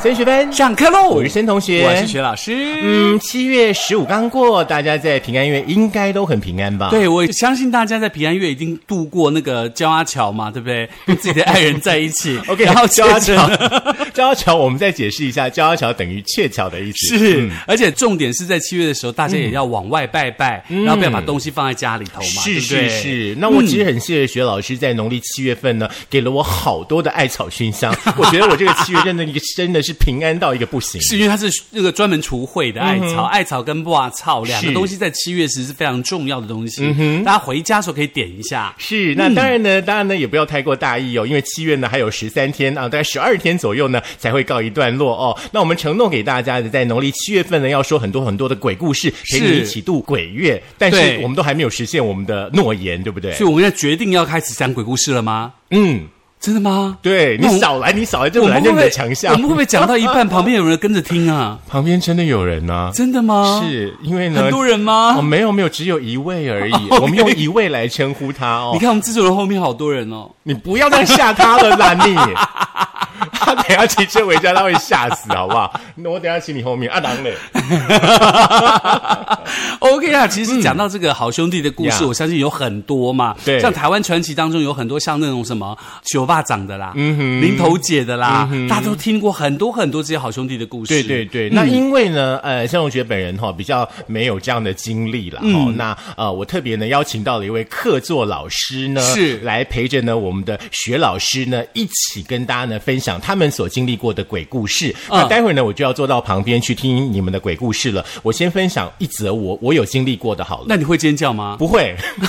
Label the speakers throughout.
Speaker 1: 分学分
Speaker 2: 上课喽！
Speaker 1: 我是森同学，
Speaker 2: 我是徐老师。
Speaker 1: 嗯，七月十五刚过，大家在平安夜应该都很平安吧？
Speaker 2: 对，我相信大家在平安夜已经度过那个焦阿桥嘛，对不 对？跟自己的爱人在一 起
Speaker 1: OK，
Speaker 2: 然后
Speaker 1: 焦阿
Speaker 2: 接
Speaker 1: 桥
Speaker 2: 着，
Speaker 1: 焦阿桥，我们再解释一下，焦阿桥等于鹊桥的意思。
Speaker 2: 是，而且重点是在七月的时候，大家也要往外拜拜，然后不要把东西放在家里头嘛，
Speaker 1: 是
Speaker 2: 对不
Speaker 1: 是
Speaker 2: 对
Speaker 1: 是，那我其实很谢谢学老师在农历七月份呢，给了我好多的艾草熏 香。我觉得我这个七月真的 一个真的是平安到一个不行。
Speaker 2: 是因为它是那个专门除秽的艾草，艾草跟袜草两个
Speaker 1: 是
Speaker 2: 东西在七月时是非常重要的东西，大家回家的时候可以点一下。
Speaker 1: 是，那当然呢，当然呢，也不要太过大意哦，因为七月呢还有十三天啊，大概十二天左右呢才会告一段落哦。那我们承诺给大家的，在农历七月份呢，要说很多很多的鬼故事，陪你
Speaker 2: 是
Speaker 1: 一起度鬼月，但是
Speaker 2: 对
Speaker 1: 我们都还没有实现我们的诺言，对不对？
Speaker 2: 所以我们要决定要开始讲鬼故事了吗？
Speaker 1: 嗯，
Speaker 2: 真的吗？
Speaker 1: 对
Speaker 2: 那我
Speaker 1: 你少来，你少来，这
Speaker 2: 我
Speaker 1: 本来
Speaker 2: 们
Speaker 1: 就你
Speaker 2: 会不
Speaker 1: 的
Speaker 2: 会
Speaker 1: 强项
Speaker 2: 我。们会不会讲到一半，旁边有人跟着 听啊？
Speaker 1: 旁边真的有人啊呢、
Speaker 2: 真的吗？
Speaker 1: 是因为呢，
Speaker 2: 啊很多人
Speaker 1: 哦，
Speaker 2: 吗？
Speaker 1: 没有没有，只有一位 而已。
Speaker 2: OK
Speaker 1: 我们用一位来称呼他哦。
Speaker 2: 你看我们制作人后面好多人 哦。
Speaker 1: 你不要再吓他了啦，你。他等下骑车回家，他会吓死，好不好？那我等下骑你后面，啊阿郎嘞。
Speaker 2: OK 啊，其实讲到这个好兄弟的故事，
Speaker 1: 呀
Speaker 2: 我相信有很多嘛。
Speaker 1: 嗯对
Speaker 2: 像台湾传奇当中有很多像那种什么酒霸长的啦，
Speaker 1: 嗯
Speaker 2: 零头姐的啦，大家都听过很多很多这些好兄弟的故事。嗯
Speaker 1: 对对对，嗯那因为呢，呃，向同学本人哈、比较没有这样的经历啦。哈、那呃，我特别呢邀请到了一位客座老师呢，
Speaker 2: 是
Speaker 1: 来陪着呢我们的学老师呢一起跟大家呢分享他们所经历过的鬼故事。
Speaker 2: 嗯
Speaker 1: 那待会儿呢，我就要坐到旁边去听你们的鬼故事了。我先分享一则我我有经历过的好了。
Speaker 2: 那你会尖叫吗？
Speaker 1: 不会，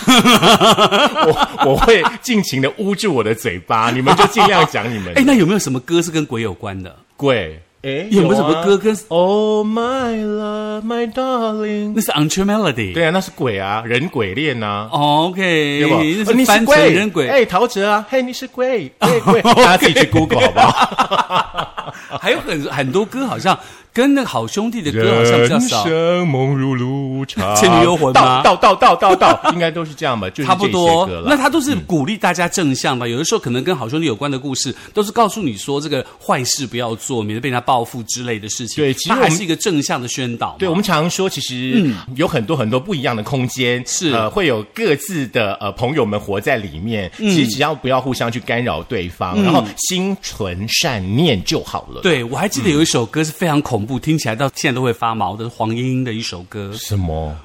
Speaker 1: 我我会尽情的捂住我的嘴巴，你们就尽量讲你们
Speaker 2: 哎，那有没有什么歌是跟鬼有关的？
Speaker 1: 鬼。哎，
Speaker 2: 有没有什么歌跟
Speaker 1: 啊 Oh my love, my darling？
Speaker 2: 那是 Untrue Melody。
Speaker 1: 对啊，那是鬼啊，人鬼恋呐、啊。
Speaker 2: 哦，OK，
Speaker 1: 对吧？
Speaker 2: 那
Speaker 1: 哦你
Speaker 2: 是
Speaker 1: 是
Speaker 2: 翻成
Speaker 1: 鬼，
Speaker 2: 人鬼，哦
Speaker 1: 哎，陶喆啊，嘿，你是 鬼，鬼鬼，大家自己去 Google 好不好？
Speaker 2: 还有很很多歌好像跟那个好兄弟的 歌好像比较少。
Speaker 1: 生梦如路长，
Speaker 2: 倩女幽魂吗
Speaker 1: 到到到到到到，应该都是这样吧？就是
Speaker 2: 差不多
Speaker 1: 这些歌，了嗯
Speaker 2: 那他都是鼓励大家正向吧。有的时候可能跟好兄弟有关的故事，都是告诉你说这个坏事不要做，免得被人家报复之类的事情。
Speaker 1: 对其实
Speaker 2: 它
Speaker 1: 我
Speaker 2: 还
Speaker 1: 们
Speaker 2: 是一个正向的宣导嘛。
Speaker 1: 对，我们常说，其实有很多很多不一样的空间，
Speaker 2: 嗯是
Speaker 1: 呃，会有各自的呃朋友们活在里面。
Speaker 2: 嗯
Speaker 1: 其实只要不要互相去干扰对方，然后心存善念就好了。，
Speaker 2: 对我还记得有一首歌是非常恐怖，听起来到现在都会发毛的黄莺莺的一首 歌。
Speaker 1: 什么？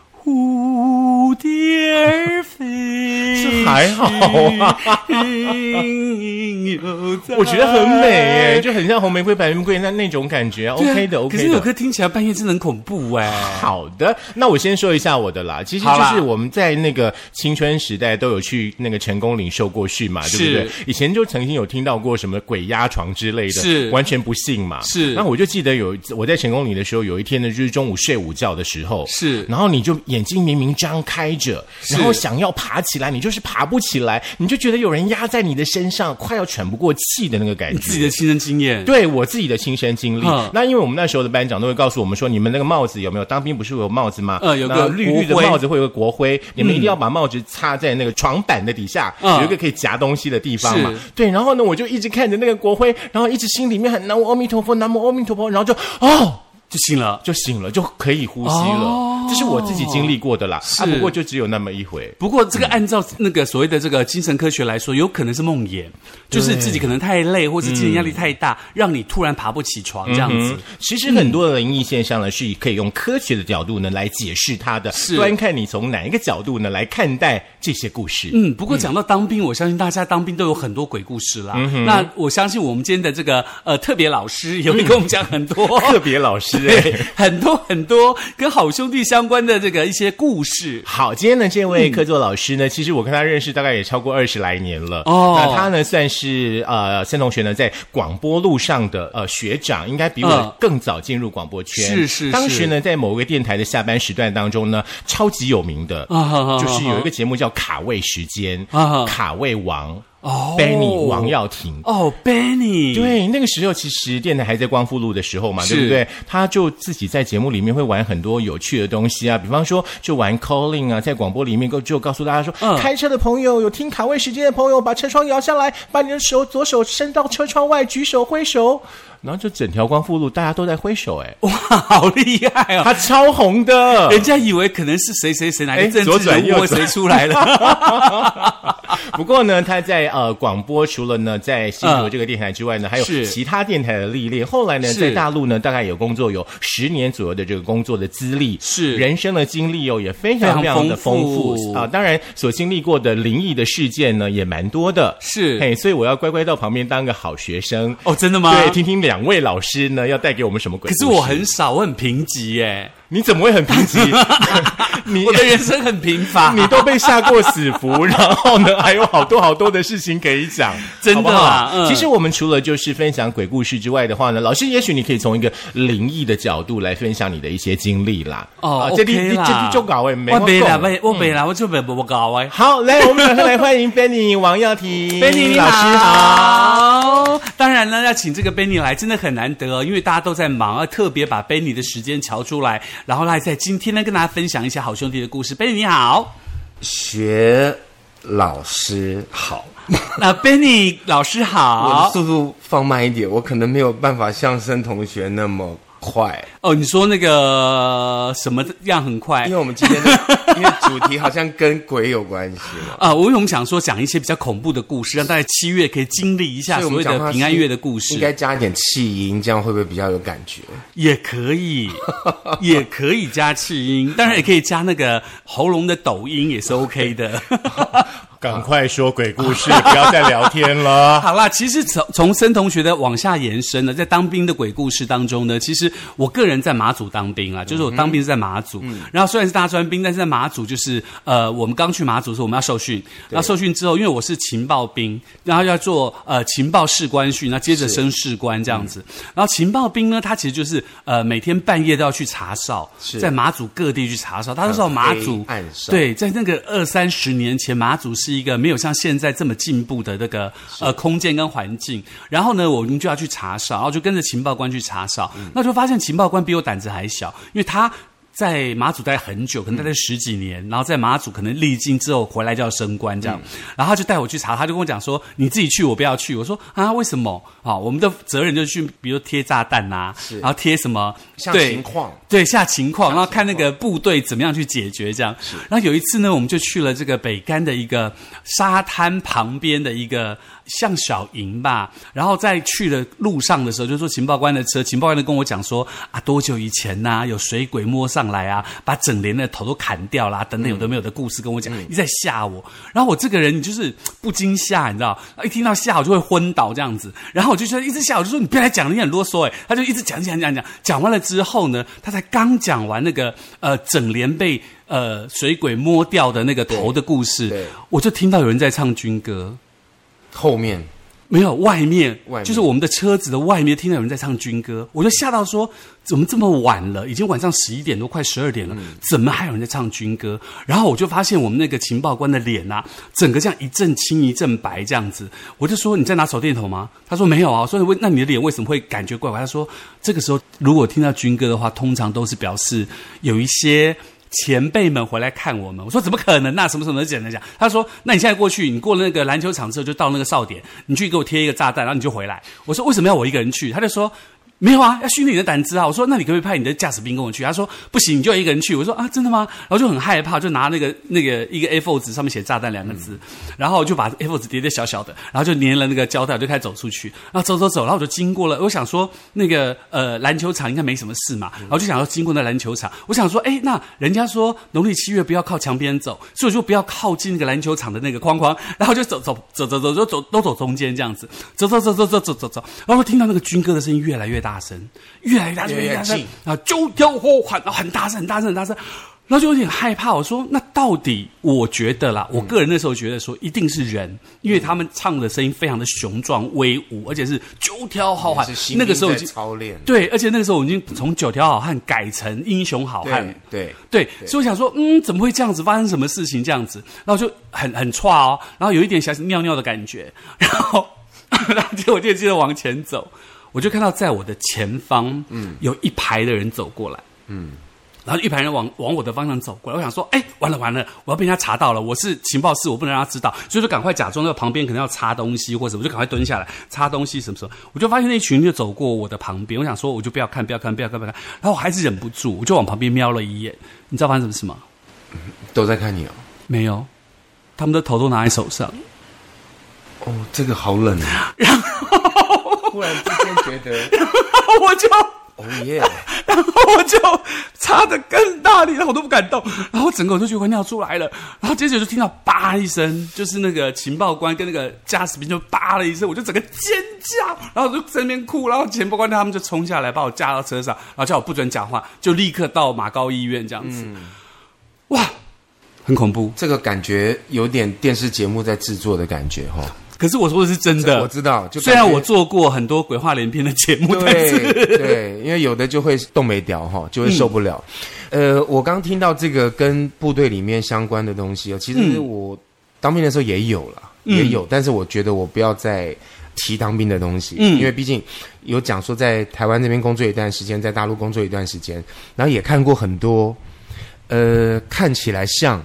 Speaker 2: 蝴蝶儿飞
Speaker 1: 这还好啊
Speaker 2: 去，莺莺又 在
Speaker 1: 我觉得很美耶，就很像红玫瑰、白玫瑰那那种感觉。
Speaker 2: 哎对啊
Speaker 1: OK 的
Speaker 2: 可是
Speaker 1: ，OK
Speaker 2: 有
Speaker 1: 的。
Speaker 2: 歌听起来半夜真的很恐怖哎、
Speaker 1: 好的，那我先说一下我的啦。其实
Speaker 2: 好
Speaker 1: 就
Speaker 2: 啦
Speaker 1: 是我们在那个青春时代都有去那个成功领受过训嘛，对不对
Speaker 2: 是？
Speaker 1: 以前就曾经有听到过什么鬼压床之类的，
Speaker 2: 是
Speaker 1: 完全不信嘛。
Speaker 2: 是
Speaker 1: 那我就记得有我在成功岭的时候，有一天呢，就是中午睡午觉的时候，
Speaker 2: 是
Speaker 1: 然后你就眼睛明明张开着，然后想要爬起来，你就是爬不起来，你就觉得有人压在你的身上，快要喘不过气的那个感
Speaker 2: 你
Speaker 1: 觉。
Speaker 2: 自己的亲身经验。
Speaker 1: 对我自己的亲身经历
Speaker 2: 嗯，
Speaker 1: 那因为我们那时候的班长都会告诉我们说，你们那个帽子有没有当兵不是有帽子吗？
Speaker 2: 嗯有个
Speaker 1: 那
Speaker 2: 绿
Speaker 1: 绿绿的
Speaker 2: 国徽
Speaker 1: 帽子会有个国徽，你们一定要把帽子插在那个床板的底下，
Speaker 2: 嗯
Speaker 1: 有一个可以夹东西的地方嘛
Speaker 2: 是。
Speaker 1: 对，然后呢，我就一直看着那个国徽，然后一直心里面喊南无阿弥陀佛，南无阿弥陀佛，然后就哦。
Speaker 2: 就信了。
Speaker 1: 就醒了，就可以呼吸了。
Speaker 2: 哦
Speaker 1: 这是我自己经历过的啦，
Speaker 2: 是
Speaker 1: 啊，不过就只有那么一回。
Speaker 2: 不过，这个按照那个所谓的这个精神科学来说，有可能是梦魇，就是自己可能太累，或是精神压力太大，
Speaker 1: 嗯
Speaker 2: 让你突然爬不起床这样子。
Speaker 1: 其实很多的灵异现象呢，是可以用科学的角度呢来解释它的，
Speaker 2: 是
Speaker 1: 端看你从哪一个角度呢来看待这些故事。
Speaker 2: 嗯，不过讲到当兵，我相信大家当兵都有很多鬼故事啦。
Speaker 1: 嗯
Speaker 2: 那我相信我们今天的这个呃特别老师也会跟我们讲很多。
Speaker 1: 特别老师、
Speaker 2: 对
Speaker 1: 哎，
Speaker 2: 很多很多跟好兄弟相关的这个一些故事，
Speaker 1: 好，今天呢，这位客座老师呢，其实我跟他认识大概也超过二十来年了。
Speaker 2: 哦
Speaker 1: 那他呢算是呃，森同学呢在广播路上的呃学长，应该比我
Speaker 2: 嗯
Speaker 1: 更早进入广播圈。
Speaker 2: 是是
Speaker 1: 当
Speaker 2: 是
Speaker 1: 时呢，在某个电台的下班时段当中呢，超级有名的，
Speaker 2: 啊哈哈
Speaker 1: 就是有
Speaker 2: 哈
Speaker 1: 一个节目叫《卡位时间》，
Speaker 2: 啊哈
Speaker 1: 卡位王
Speaker 2: 哦
Speaker 1: Benny 王耀廷。
Speaker 2: 哦，Benny，，
Speaker 1: 对，那个时候其实电台还在光复路的时候嘛，
Speaker 2: 是
Speaker 1: 对不对？他就自己在节目里面会玩很多有趣的东西啊，比方说就玩 calling 啊，在广播里面就就告诉大家说，
Speaker 2: 嗯
Speaker 1: 开车的朋友，有听卡位时间的朋友，把车窗摇下来，把你的手左手伸到车窗外，举手挥手。然后就整条光复路大家都在挥手、哎，
Speaker 2: 哇，哎好厉害哦！
Speaker 1: 它超红的，
Speaker 2: 人家以为可能是谁谁谁哪
Speaker 1: 啊哎
Speaker 2: 个政
Speaker 1: 左
Speaker 2: 治
Speaker 1: 转
Speaker 2: 人
Speaker 1: 右
Speaker 2: 物
Speaker 1: 转
Speaker 2: 谁出 来了，
Speaker 1: 不过呢，他在呃广播除了呢在新竹这个电台之外呢，还有
Speaker 2: 是
Speaker 1: 其他电台的历练。后来呢，
Speaker 2: 是
Speaker 1: 在大陆呢，大概有工作有十年左右的这个工作的资历，
Speaker 2: 是
Speaker 1: 人生的经历哦，也非常非
Speaker 2: 非常
Speaker 1: 常的丰
Speaker 2: 丰
Speaker 1: 富
Speaker 2: 富
Speaker 1: 啊、当然，所经历过的灵异的事件呢，也蛮多的。
Speaker 2: 是
Speaker 1: 嘿，所以我要乖乖到旁边当个好学生。
Speaker 2: 哦，真的吗？
Speaker 1: 对，听听两位老师呢要带给我们什么鬼
Speaker 2: 可
Speaker 1: 故事？
Speaker 2: 是我很少，我很贫瘠耶，
Speaker 1: 你怎么会很贫 瘠？你
Speaker 2: 我的人生很贫乏。
Speaker 1: 你都被下过死符， 然后呢，还有好多好多的事情可以讲，
Speaker 2: 真的
Speaker 1: 好不好
Speaker 2: 啊嗯
Speaker 1: 其实我们除了就是分享鬼故事之外的话呢，老师也许你可以从一个灵异的角度来分享你的一些经历啦。啊
Speaker 2: 哦，
Speaker 1: 这里
Speaker 2: OK
Speaker 1: 这
Speaker 2: 啦
Speaker 1: 里就搞嗯哎，没
Speaker 2: 我没啦，
Speaker 1: 讲
Speaker 2: 没我没啦，我就没我搞哎。
Speaker 1: 好，来，我们马上来欢迎 Benny 王耀庭
Speaker 2: Benny 你
Speaker 1: 老师 好。
Speaker 2: 嗯好，哦当然呢，要请这个 Benny 来真的很难得、哦，因为大家都在忙，而特别把 Benny 的时间瞧出来，然后来在今天呢跟大家分享一下好兄弟的故事。Benny 你好，
Speaker 3: 学老师好，
Speaker 2: 那
Speaker 1: 啊
Speaker 2: Benny 老师
Speaker 3: 我的
Speaker 2: 好。
Speaker 3: 速度放慢一点，我可能没有办法像申同学那么快，
Speaker 2: 哦，你说那个什么样很快
Speaker 3: 因为我们今天 的因为主题好像跟鬼有关系嘛，
Speaker 2: 啊？我因为我们想说讲一些比较恐怖的故事，让大家七月可以经历一下
Speaker 3: 所以
Speaker 2: 所
Speaker 3: 我
Speaker 2: 谓
Speaker 3: 们讲话
Speaker 2: 的
Speaker 3: 是
Speaker 2: 平安月的故
Speaker 3: 应该
Speaker 2: 事，
Speaker 3: 加一点气音，这样会不会比较有感觉？
Speaker 2: 也可 以，也可以加气音，当然也可以加那个喉咙的抖音，也是 OK 的。
Speaker 1: 赶快说鬼故事，不要再聊天了。
Speaker 2: 好啦，其实从从森同学的往下延伸呢，在当兵的鬼故事当中呢，其实我个人在马祖当兵啊，就是我当兵是在马祖，
Speaker 3: 嗯
Speaker 2: 然后虽然是大专兵，但是在马祖就是呃，我们刚去马祖的时候我们要受训，然后受训之后，因为我是情报兵，然后要做呃情报士官训，然后接着升士官这样子，
Speaker 3: 嗯
Speaker 2: 然后情报兵呢，他其实就是呃每天半夜都要去查哨，在马祖各地去查哨，他都知道马祖
Speaker 3: 呃黑暗哨
Speaker 2: 对。对，在那个二三十年前，马祖是一个没有像现在这么进步的那个呃空间跟环境。然后呢，我们就要去查哨，然后就跟着情报官去查哨，
Speaker 3: 嗯
Speaker 2: 那就发现情报官比我胆子还小，因为他。在马祖待很久，可能待了十几
Speaker 3: 嗯
Speaker 2: 年，然后在马祖可能历经之后回来就要升官这样，然后他就带我去查，他就跟我讲说：“你自己去，我不要去。”我说：“啊，为什么？啊，我们的责任就是去，比如贴炸弹啊，
Speaker 3: 是
Speaker 2: 然后贴什么
Speaker 3: 像
Speaker 2: 对
Speaker 3: 情况
Speaker 2: 对，下情况，然后看那个部队怎么样去解决这样。然后有一次呢，我们就去了这个北干的一个沙滩旁边的一个像小营吧，然后在去的路上的时候，就说情报官的车，情报官的跟我讲说啊，多久以前呐、有水鬼摸上来啊，把整连的头都砍掉啦，等等有的没有的故事跟我讲，一直在吓我。然后我这个人就是不惊吓，你知道，一听到吓我就会昏倒这样子。然后我就觉得一直吓我，就说你不要再讲了，你很啰嗦哎。他就一直讲讲讲讲，讲完了之后呢，他才刚讲完那个呃整连被呃水鬼摸掉的那个头的故
Speaker 3: 对
Speaker 2: 事
Speaker 3: 对，
Speaker 2: 我就听到有人在唱军歌。
Speaker 3: 后面
Speaker 2: 没有，外面，
Speaker 3: 外面
Speaker 2: 就是我们的车子的外面，听到有人在唱军歌，我就吓到说，怎么这么晚了？已经晚上十一点多，快十二点了，
Speaker 3: 嗯
Speaker 2: 怎么还有人在唱军歌？然后我就发现我们那个情报官的脸啊，整个这样一阵青一阵白这样子，我就说你在拿手电筒吗？他说没有啊，我说为那你的脸为什么会感觉怪怪？他说这个时候如果听到军歌的话，通常都是表示有一些。前辈们回来看我们，我说怎么可能那、什么什么的，简单讲。他说：“那你现在过去，你过了那个篮球场之后，就到那个哨点，你去给我贴一个炸弹，然后你就回来。”我说：“为什么要我一个人去？”他就说：“没有啊，要训练你的胆子啊。”我说：“那你可不可以派你的驾驶兵跟我去？”他说：“不行，你就要一个人去。”我说：“啊，真的吗？”然后就很害怕，就拿那个那个一个 A4 纸上面写“炸弹”两个字，然后就把 A4 纸叠得小小的，然后就粘了那个胶带，我就开始走出去。然后走走走，然后我就经过了，我想说那个呃篮球场应该没什么事
Speaker 3: 嗯
Speaker 2: 嘛，然后就想要经过那篮球场，我想说，哎，那人家说农历七月不要靠墙边走，所以我就不要靠近那个篮球场的那个框框，然后就走走走走走走走都走中间这样子，走走走走走走走走，然后听到那个军歌的声音越来越大声，越来越大声，
Speaker 3: 越来越
Speaker 2: 越来越大声
Speaker 3: 近，
Speaker 2: 啊，九条火喊很大声，很大声，很大声。然后就有点害怕，我说那到底，我觉得啦，
Speaker 3: 嗯
Speaker 2: 我个人那时候觉得说一定是人，因为他们唱的声音非常的雄壮威武，而且是九条好汉
Speaker 3: 嗯是。新
Speaker 2: 那个时候已
Speaker 3: 兵在
Speaker 2: 经
Speaker 3: 操练，
Speaker 2: 对，而且那个时候我已经从九条好汉改成英雄好汉
Speaker 3: 对。对，
Speaker 2: 对，所以我想说，嗯，怎么会这样子？发生什么事情这样子？然后就很很歘哦，然后有一点小尿尿的感觉，然后 然后就我就接着往前走，我就看到在我的前方，嗯，有一排的人走过来，嗯，然后一排人往往我的方向走过来，我想说，哎，完了完了，我要被人家查到了，我是情报室，我不能让他知道，所以就赶快假装在旁边可能要擦东西或什么，就赶快蹲下来擦东西什么什么，我就发现那群人就走过我的旁边，我想说我就不要看不要看不要看不要看，然后我还是忍不住，我就往旁边瞄了一眼，你知道发生什么事吗？
Speaker 3: 都在看你哦。
Speaker 2: 没有，他们的头都拿在手上，
Speaker 3: 哦，这个好冷啊！
Speaker 2: 然后
Speaker 3: 忽然之间觉得，
Speaker 2: 我就。
Speaker 3: 哦耶，
Speaker 2: 然后我就擦的更大力，然后我都不敢动，然后整个我就觉得快尿出来了，然后接着就听到叭一声，就是那个情报官跟那个驾驶兵就叭了一声，我就整个尖叫，然后我就在那边哭，然后情报官他们就冲下来把我架到车上，然后叫我不准讲话，就立刻到马高医院这样子，
Speaker 3: 嗯
Speaker 2: 哇，很恐怖。
Speaker 3: 这个感觉有点电视节目在制作的感觉哈。
Speaker 2: 可是我说的是真的，
Speaker 3: 我知道就感觉
Speaker 2: 虽然我做过很多鬼话连篇的节目，但是
Speaker 3: 对对，因为有的就会动没 掉哈，就会受不了。
Speaker 2: 嗯
Speaker 3: 呃，我刚听到这个跟部队里面相关的东西哦，其实
Speaker 2: 嗯
Speaker 3: 我当兵的时候也有了，也有，但是我觉得我不要再提当兵的东西，
Speaker 2: 嗯
Speaker 3: 因为毕竟有讲说在台湾这边工作一段时间，在大陆工作一段时间，然后也看过很多，呃，看起来像。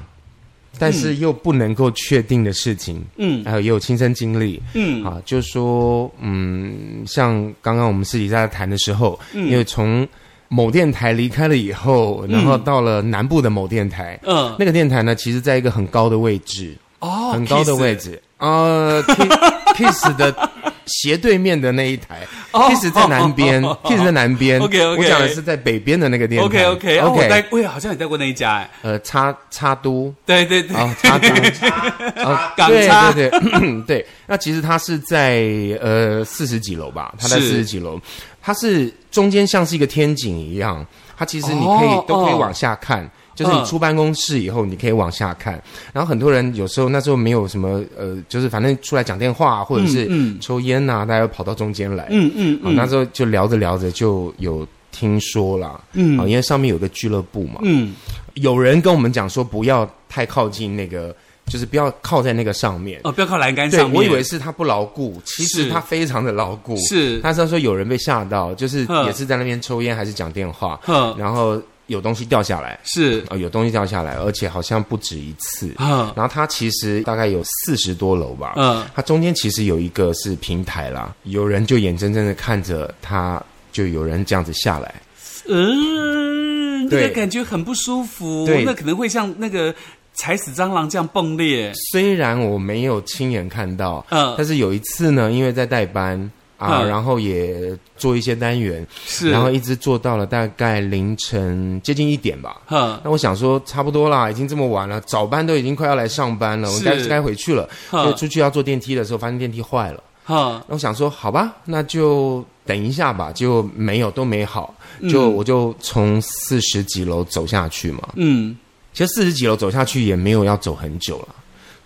Speaker 3: 但是又不能够确定的事情，
Speaker 2: 嗯
Speaker 3: 还有也有亲身经历，
Speaker 2: 嗯
Speaker 3: 啊，就说嗯，像刚刚我们私底下谈的时候，
Speaker 2: 嗯
Speaker 3: 因为从某电台离开了以后，然后到了南部的某电台，
Speaker 2: 嗯
Speaker 3: 那个电台呢，其实在一个很高的位置，
Speaker 2: 哦
Speaker 3: 很高的位
Speaker 2: ，kiss
Speaker 3: 置，呃 ，Kiss 的斜对面的那一台
Speaker 2: 哦
Speaker 3: ，Kiss 在南边
Speaker 2: 哦哦哦
Speaker 3: ，Kiss 在南边
Speaker 2: OK，OK
Speaker 3: 我讲的是在北边的那个电台
Speaker 2: OK OK，哦，我带
Speaker 3: OK，，
Speaker 2: 我也好像也带过那一家哎，
Speaker 3: 呃，叉叉都。
Speaker 2: 对对对，
Speaker 3: 啊，插港 啊，对
Speaker 2: 港
Speaker 3: 对对 对。那其实它是在呃四十几楼吧，它在四
Speaker 2: 是
Speaker 3: 十几楼，它是中间像是一个天井一样，它其实你
Speaker 2: 哦
Speaker 3: 可以都可以
Speaker 2: 哦
Speaker 3: 往下看。就是你
Speaker 2: 嗯
Speaker 3: 出办公室以后，你可以往下看。然后很多人有时候那时候没有什么呃，就是反正出来讲电话、啊或者是
Speaker 2: 嗯
Speaker 3: 抽烟呐、大家跑到中间来。
Speaker 2: 嗯嗯
Speaker 3: 好，那时候就聊着聊着就有听说啦，
Speaker 2: 嗯
Speaker 3: 好因为上面有个俱乐部嘛，
Speaker 2: 嗯，
Speaker 3: 有人跟我们讲说不要太靠近那个，就是不要靠在那个上面。
Speaker 2: 哦，不要靠栏杆
Speaker 3: 对，
Speaker 2: 上面，
Speaker 3: 我以为是它不牢固，其实
Speaker 2: 是
Speaker 3: 它非常的牢固。
Speaker 2: 是
Speaker 3: 他是说有人被吓到，就是
Speaker 2: 嗯
Speaker 3: 也是在那边抽烟还是讲电话，
Speaker 2: 嗯
Speaker 3: 然后有东西掉下来，
Speaker 2: 是
Speaker 3: 哦，有东西掉下来，而且好像不止一次。
Speaker 2: 啊，
Speaker 3: 然后它其实大概有四十多楼吧，
Speaker 2: 嗯
Speaker 3: 它中间其实有一个是平台啦，有人就眼睁睁的看着它，就有人这样子下来，
Speaker 2: 嗯，那
Speaker 3: 对
Speaker 2: 个感觉很不舒服，
Speaker 3: 对
Speaker 2: 那可能会像那个踩死蟑螂这样崩裂，
Speaker 3: 虽然我没有亲眼看到，
Speaker 2: 嗯
Speaker 3: 但是有一次呢，因为在代班啊，
Speaker 2: 嗯
Speaker 3: 然后也做一些单元，
Speaker 2: 是，
Speaker 3: 然后一直做到了大概凌晨接近一点吧。
Speaker 2: 哼，
Speaker 3: 那我想说，差不多啦，已经这么晚了，早班都已经快要来上班了，我
Speaker 2: 是
Speaker 3: 该该回去了。
Speaker 2: 嗯
Speaker 3: 就出去要坐电梯的时候，发现电梯坏了。
Speaker 2: 哼，
Speaker 3: 那我想说，好吧，那就等一下吧，就没有都没好，
Speaker 2: 嗯
Speaker 3: 就、我就从四十几楼走下去嘛。
Speaker 2: 嗯，
Speaker 3: 其实四十几楼走下去也没有要走很久了，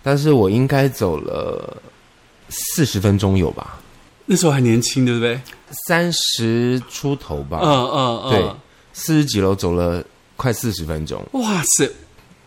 Speaker 3: 但是我应该走了四十分钟有吧，
Speaker 2: 那时候还年轻，对不对？
Speaker 3: 三十出头吧。
Speaker 2: 嗯嗯
Speaker 3: 啊对
Speaker 2: 嗯，，
Speaker 3: 四十几楼走了快四十分钟，
Speaker 2: 哇塞，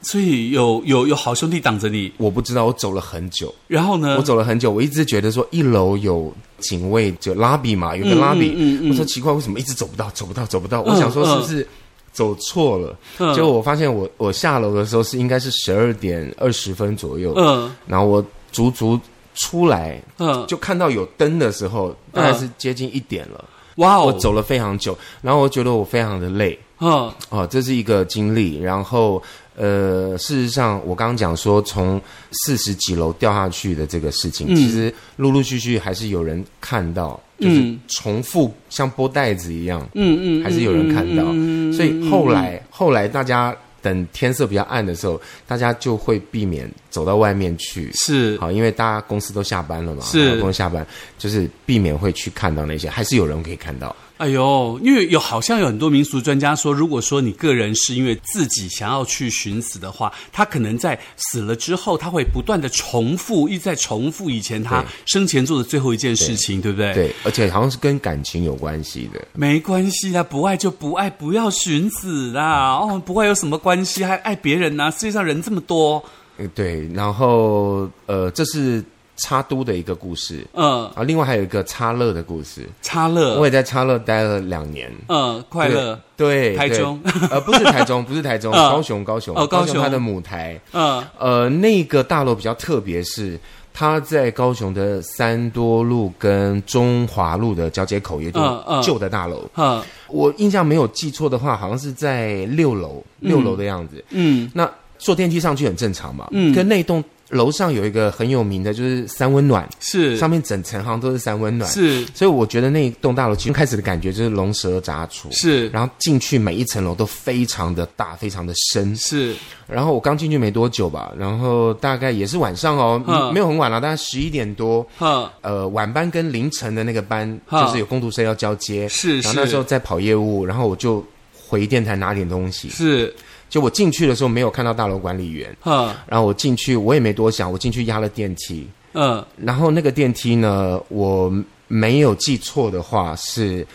Speaker 2: 所以有有有好兄弟挡着你，
Speaker 3: 我不知道我走了很久，
Speaker 2: 然后呢，
Speaker 3: 我走了很久，我一直觉得说一楼有警卫就拉比嘛，有个拉比，
Speaker 2: 嗯嗯嗯嗯
Speaker 3: 我说奇怪，为什么一直走不到，走不到，走不到？
Speaker 2: 嗯
Speaker 3: 我想说是不是走错了？
Speaker 2: 嗯
Speaker 3: 结果我发现我我下楼的时候是应该是十二点二十分左右，
Speaker 2: 嗯
Speaker 3: 然后我足足出来
Speaker 2: 嗯，
Speaker 3: 就看到有灯的时候，大概是接近一点了。
Speaker 2: 哇哦，
Speaker 3: 我，走了非常久，然后我觉得我非常的累
Speaker 2: 嗯
Speaker 3: 哦，这是一个经历。然后呃，事实上我刚刚讲说从四十几楼掉下去的这个事情，
Speaker 2: 嗯
Speaker 3: 其实陆陆续续还是有人看到，就是
Speaker 2: 嗯
Speaker 3: 重复像拨袋子一样，
Speaker 2: 嗯嗯，
Speaker 3: 还是有人看到。
Speaker 2: 嗯嗯嗯
Speaker 3: 所以后来后来大家等天色比较暗的时候，大家就会避免走到外面去。
Speaker 2: 是
Speaker 3: 好，因为大家公司都下班了嘛，
Speaker 2: 是
Speaker 3: 然后公司下班就是避免会去看到那些，还是有人可以看到。
Speaker 2: 哎呦，因为有好像有很多民俗专家说，如果说你个人是因为自己想要去寻死的话，他可能在死了之后，他会不断的重复，一直在重复以前他
Speaker 3: 对
Speaker 2: 生前做的最后一件事情，对不对？。
Speaker 3: 对，而且好像是跟感情有关系的。
Speaker 2: 没关系啦，不爱就不爱，不要寻死啦。哦，不爱有什么关系？还爱别人呢、世界上人这么多，
Speaker 3: 呃对，然后呃，这是插都的一个故事，
Speaker 2: 嗯，
Speaker 3: 啊，另外还有一个插乐的故事。
Speaker 2: 差乐，
Speaker 3: 我也在插乐待了两年。
Speaker 2: 嗯，快乐，
Speaker 3: 对，对
Speaker 2: 台中
Speaker 3: 对呃，不是台中，不 是台中，
Speaker 2: 嗯
Speaker 3: 高雄，高雄，
Speaker 2: 哦高雄
Speaker 3: 它的母台，
Speaker 2: 嗯
Speaker 3: 呃，那个大楼比较特别是。它在高雄的三多路跟中华路的交接口，也就
Speaker 2: 嗯嗯
Speaker 3: 旧的大楼。
Speaker 2: 嗯
Speaker 3: 我印象没有记错的话，好像是在六楼，六楼的样子。
Speaker 2: 嗯
Speaker 3: 那坐电梯上去很正常嘛。
Speaker 2: 嗯
Speaker 3: 跟那栋楼上有一个很有名的，就是三温暖，
Speaker 2: 是
Speaker 3: 上面整层好像都是三温暖。
Speaker 2: 是
Speaker 3: 所以我觉得那一栋大楼其实开始的感觉就是龙蛇杂处，
Speaker 2: 是
Speaker 3: 然后进去每一层楼都非常的大，非常的深。
Speaker 2: 是
Speaker 3: 然后我刚进去没多久吧，然后大概也是晚上哦，
Speaker 2: 嗯
Speaker 3: 没有很晚了，大概十一点多。
Speaker 2: 嗯
Speaker 3: 呃，晚班跟凌晨的那个班，
Speaker 2: 嗯
Speaker 3: 就是有工读生要交接，
Speaker 2: 是
Speaker 3: 然后那时候在跑业务，然后我就回电台拿点东西。
Speaker 2: 是
Speaker 3: 就我进去的时候没有看到大楼管理员，
Speaker 2: 嗯
Speaker 3: 然后我进去我也没多想，我进去压了电梯，
Speaker 2: 嗯
Speaker 3: 然后那个电梯呢，我没有记错的话是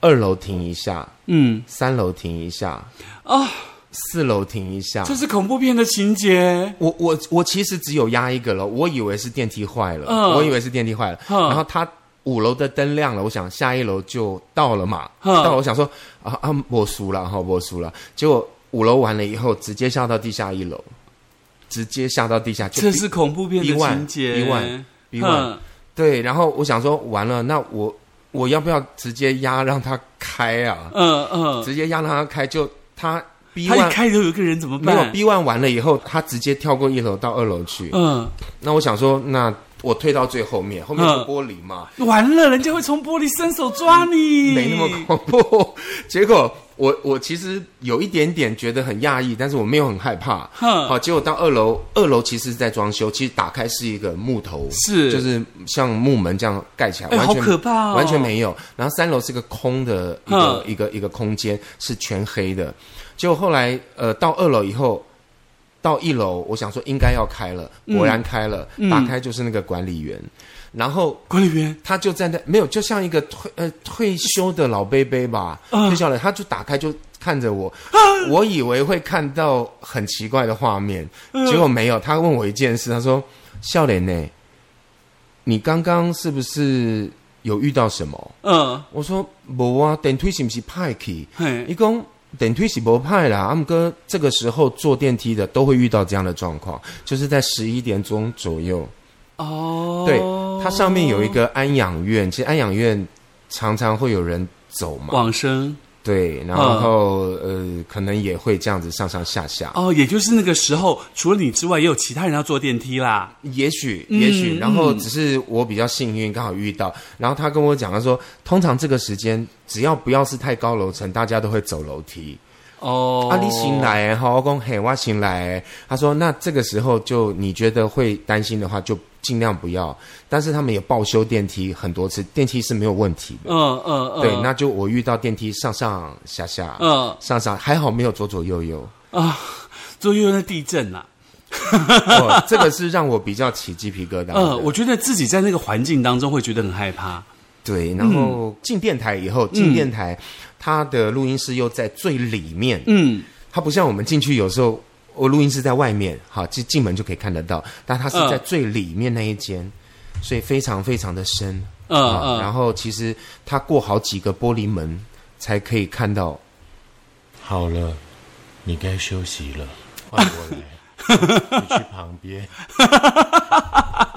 Speaker 3: 二楼停一下，
Speaker 2: 嗯
Speaker 3: 三楼停一下，
Speaker 2: 啊，
Speaker 3: 四楼停一下
Speaker 2: 这。是恐怖片的情节，
Speaker 3: 我我我其实只有压一个楼，我以为是电梯坏了，
Speaker 2: 嗯
Speaker 3: 我以为是电梯坏了，
Speaker 2: 嗯
Speaker 3: 然后它五楼的灯亮了，我想下一楼就到了嘛，
Speaker 2: 嗯
Speaker 3: 到了我想说啊啊，我输了哈，我输了，结果五楼完了以后，直接下到地下一楼，直接下到地下，就
Speaker 2: 这是恐怖片的情节，
Speaker 3: 一万一万
Speaker 2: 嗯
Speaker 3: 对，然后我想说完了，那我我要不要直接压让它开啊？
Speaker 2: 嗯嗯，
Speaker 3: 直接压让它开，就它 B
Speaker 2: 他一
Speaker 3: one
Speaker 2: 开头有一个人怎么
Speaker 3: 没有
Speaker 2: 办？
Speaker 3: B one 完了以后，它直接跳过一楼到二楼去，
Speaker 2: 嗯，
Speaker 3: 那我想说，那我退到最后面，后面
Speaker 2: 嗯
Speaker 3: 是玻璃嘛，
Speaker 2: 完了，人家会从玻璃伸手抓你，
Speaker 3: 嗯没那么恐 怖。结果我我其实有一点点觉得很讶异，但是我没有很害怕。
Speaker 2: 哼
Speaker 3: 好，结果到二楼，二楼其实是在装修，其实打开是一个木头，
Speaker 2: 是
Speaker 3: 就是像木门这样盖起来，
Speaker 2: 哎
Speaker 3: 完全
Speaker 2: 好可怕哦
Speaker 3: 完全没有。然后三楼是个空的一个
Speaker 2: 嗯
Speaker 3: 一个一个空间，是全黑的。结果后来呃到二楼以后。到一楼，我想说应该要开了，果然开了，
Speaker 2: 嗯
Speaker 3: 打开就是那个管理员，然后
Speaker 2: 管理员，
Speaker 3: 他就站在没有，就像一个退呃退休的老伯伯吧，
Speaker 2: 啊
Speaker 3: 退休了，他就打开就看着我，我以为会看到很奇怪的画面，结果没有。他问我一件事，他说：“笑脸呢？你刚刚是不是有遇到什么
Speaker 2: 嗯？”，
Speaker 3: 我说：“无啊，电梯是不是派去？
Speaker 2: 嘿，
Speaker 3: 一共电梯是不派啦。阿姆哥这个时候坐电梯的都会遇到这样的状况，就是在十一点钟左右。”
Speaker 2: 哦，
Speaker 3: 对，它上面有一个安养院，其实安养院常常会有人走嘛，
Speaker 2: 往生，
Speaker 3: 对，然后、呃，可能也会这样子上上下下，
Speaker 2: 哦，也就是那个时候，除了你之外，也有其他人要坐电梯啦，
Speaker 3: 也许
Speaker 2: 嗯
Speaker 3: 也许，然后
Speaker 2: 嗯
Speaker 3: 只是我比较幸运，刚好遇到，然后他跟我讲，他说通常这个时间只要不要是太高楼层，大家都会走楼梯。
Speaker 2: 哦，
Speaker 3: 啊，你醒，来哈，我讲嘿，我醒来。他说，那这个时候就你觉得会担心的话，就尽量不要。但是他们也报修电梯很多次，电梯是没有问题的。
Speaker 2: 嗯嗯嗯，
Speaker 3: 对，那就我遇到电梯上上下下，
Speaker 2: 嗯
Speaker 3: 上上还好没有左左 右右，
Speaker 2: 啊，左右那地震啊啦、
Speaker 3: 哦，这个是让我比较起鸡皮疙瘩的。
Speaker 2: 嗯，我觉得自己在那个环境当中会觉得很害怕。
Speaker 3: 对，然后
Speaker 2: 嗯
Speaker 3: 进电台以后，进电台，它的录音室又在最里面，
Speaker 2: 嗯，
Speaker 3: 它不像我们进去有时候。我录音室在外面，好，进进门就可以看得到，但它是在
Speaker 2: 嗯
Speaker 3: 最里面那一间，所以非常非常的深
Speaker 2: 嗯
Speaker 3: 啊、
Speaker 2: 嗯
Speaker 3: 然后其实它过好几个玻璃门才可以 看到
Speaker 1: 好了，你该休息了，换我 来，你去旁边。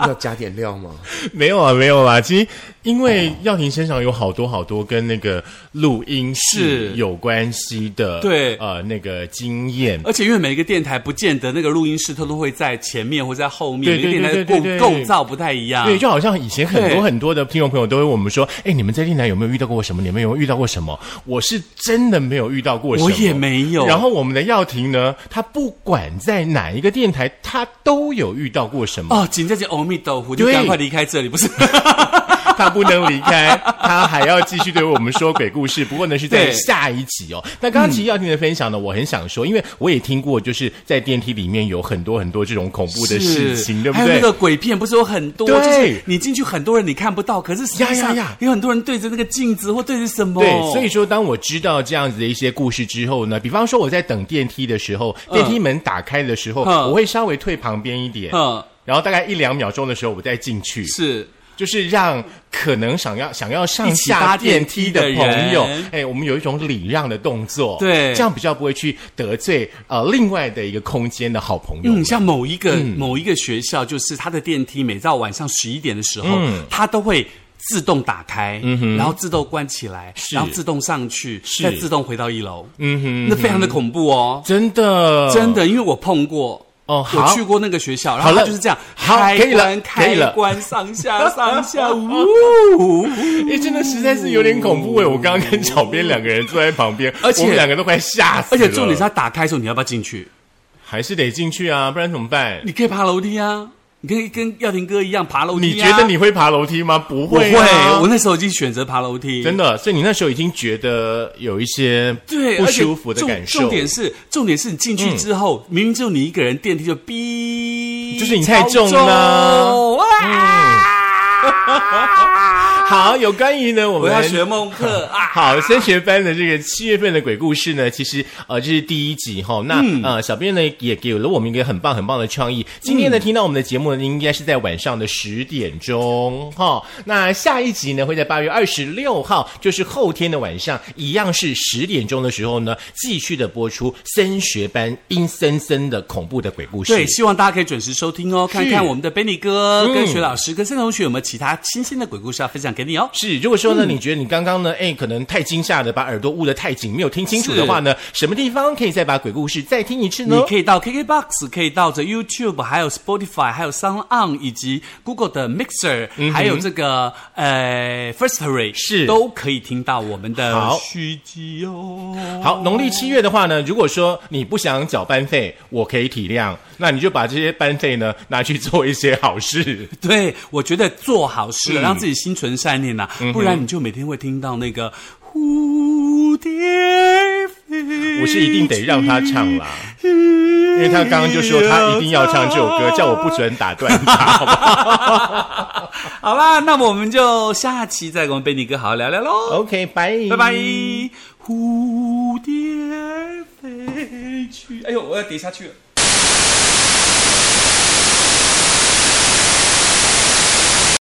Speaker 3: 要加点料吗？
Speaker 1: 没有啊，没有啊。其实因为耀廷身上有好多好多跟那个录音室
Speaker 2: 是
Speaker 1: 有关系的，
Speaker 2: 对
Speaker 1: 呃，那个经验。
Speaker 2: 而且因为每一个电台不见得那个录音室它都会在前面或在后面，
Speaker 1: 对对
Speaker 2: 每个电台
Speaker 1: 对
Speaker 2: 的
Speaker 1: 对
Speaker 2: 构
Speaker 1: 对对
Speaker 2: 构造不太一样。
Speaker 1: 对，就好像以前很多
Speaker 2: 啊对
Speaker 1: 很多的听众朋友都会问我们说：“哎，你们在电台有没有遇到过什么？你们有没有遇到过什么？”我是真的没有遇到过什么，
Speaker 2: 我也没有
Speaker 1: 然后我们的耀廷呢，他不管在哪一个电台，他都有遇到过什么。
Speaker 2: 哦，紧接着欧米豆腐就
Speaker 1: 对
Speaker 2: 赶快离开这里，不是？
Speaker 1: 他不能离开，他还要继续对我们说鬼故事。不过呢，是在
Speaker 2: 对嗯
Speaker 1: 下一集哦。那刚刚其实耀廷的分享呢，我很想说，因为我也听过，就是在电梯里面有很多很多这种恐怖的事情，对不
Speaker 2: 还有那
Speaker 1: 对？
Speaker 2: 个鬼片，不是有很多？
Speaker 1: 对
Speaker 2: 就是你进去很多人你看不到，可是实际
Speaker 1: 呀呀
Speaker 2: 上
Speaker 1: 呀
Speaker 2: 有很多人对着那个镜子或对着什么。
Speaker 1: 对，所以说，当我知道这样子的一些故事之后呢，比方说我在等电梯的时候，电梯门打开的时候，
Speaker 2: 嗯
Speaker 1: 我会稍微退旁边一点，
Speaker 2: 嗯
Speaker 1: 然后大概一两秒钟的时候我再进去，
Speaker 2: 是
Speaker 1: 就是让可能想要想要上
Speaker 2: 一起
Speaker 1: 下
Speaker 2: 搭
Speaker 1: 电
Speaker 2: 电
Speaker 1: 梯
Speaker 2: 梯
Speaker 1: 的
Speaker 2: 的
Speaker 1: 朋友
Speaker 2: 人，
Speaker 1: 哎，我们有一种礼让的动作，
Speaker 2: 对
Speaker 1: 这样比较不会去得罪呃另外的一个空间的好朋友们。
Speaker 2: 嗯，像某一个、某一个学校，就是它的电梯每到晚上十一点的时候，
Speaker 1: 嗯
Speaker 2: 它都会。自动打开，然后自动关起来，
Speaker 1: 是
Speaker 2: 然后自动上去，
Speaker 1: 是
Speaker 2: 再自动回到一楼，
Speaker 1: 嗯哼，
Speaker 2: 那非常的恐怖哦，
Speaker 1: 真的
Speaker 2: 真的，因为我碰过。
Speaker 1: 哦
Speaker 2: 我
Speaker 1: 好
Speaker 2: 去过那个学校，然
Speaker 1: 好
Speaker 2: 后
Speaker 1: 了
Speaker 2: 它就是这样，
Speaker 1: 好
Speaker 2: 开
Speaker 1: 可以了
Speaker 2: 关
Speaker 1: 可以
Speaker 2: 开
Speaker 1: 了
Speaker 2: 关上下 上下，呜，
Speaker 1: 哎、真的实在是有点恐怖哎、我刚刚跟小编两个人坐在旁边，
Speaker 2: 而且
Speaker 1: 我们两个都快吓死
Speaker 2: 而
Speaker 1: 了。
Speaker 2: 且重点是它打开的时候，你要不要进去？
Speaker 1: 还是得进去啊，不然怎么办？
Speaker 2: 你可以爬楼梯啊，你可以跟耀廷哥一样爬楼
Speaker 1: 你
Speaker 2: 梯啊。
Speaker 1: 觉得你会爬楼梯吗？不
Speaker 2: 我
Speaker 1: 会、
Speaker 2: 会
Speaker 1: 啊，？
Speaker 2: 我那时候已经选择爬楼梯，
Speaker 1: 真的，所以你那时候已经觉得有一些
Speaker 2: 对，
Speaker 1: 不
Speaker 2: 而且
Speaker 1: 舒服的
Speaker 2: 重
Speaker 1: 感受。嗯
Speaker 2: 重点是，重点是你进去之后，明明只有你一个人，电梯就哔，
Speaker 1: 就是你太重嗯
Speaker 2: 超
Speaker 1: 了
Speaker 2: 啊！
Speaker 1: 好，有关于呢，我
Speaker 2: 我
Speaker 1: 们
Speaker 2: 要学梦课啊！
Speaker 1: 好，升学班的这个七月份的鬼故事呢，其实呃这是第一集哈、那、
Speaker 2: 嗯
Speaker 1: 呃小编呢也给了我们一个很棒很棒的创意。今天呢、
Speaker 2: 嗯
Speaker 1: 听到我们的节目呢，应该是在晚上的十点钟哈、那下一集呢会在八月二十六号，就是后天的晚上，一样是十点钟的时候呢，继续的播出升学班阴森森的恐怖的鬼故事。
Speaker 2: 对，希望大家可以准时收听哦，看看我们的 Benny 哥
Speaker 1: 嗯
Speaker 2: 跟徐老师跟盛同学有没有其他新鲜的鬼故事要分享给你哦。
Speaker 1: 是，如果说呢，你觉得你刚刚呢，哎，可能太惊吓了，把耳朵捂得太紧，没有听清楚的话呢，什么地方可以再把鬼故事再听一次呢
Speaker 2: 你？可以到 KKBOX，可以到这 YouTube，还有 Spotify，还有 Sound On，以及 Google 的 Mixer，、还有这个呃 Firstory，
Speaker 1: 嗯是
Speaker 2: 都可以听到我们的
Speaker 1: 好
Speaker 2: 续集哦。
Speaker 1: 好，农历七月的话呢，如果说你不想缴班费，我可以体谅，那你就把这些班费呢拿去做一些好事。
Speaker 2: 对，我觉得做好
Speaker 1: 嗯
Speaker 2: 事，让自己心存善念呐、不然你就每天会听到那个蝴蝶飞。
Speaker 1: 我是一定得让他唱啦，因为他刚刚就说他一定要唱这首歌，叫我不准打断他，好不好
Speaker 2: 好啦，那么我们就下期再跟我们贝尼哥好好聊聊喽。
Speaker 1: ？OK，拜
Speaker 2: 拜拜。蝴蝶飞去，哎呦，我要跌下去了。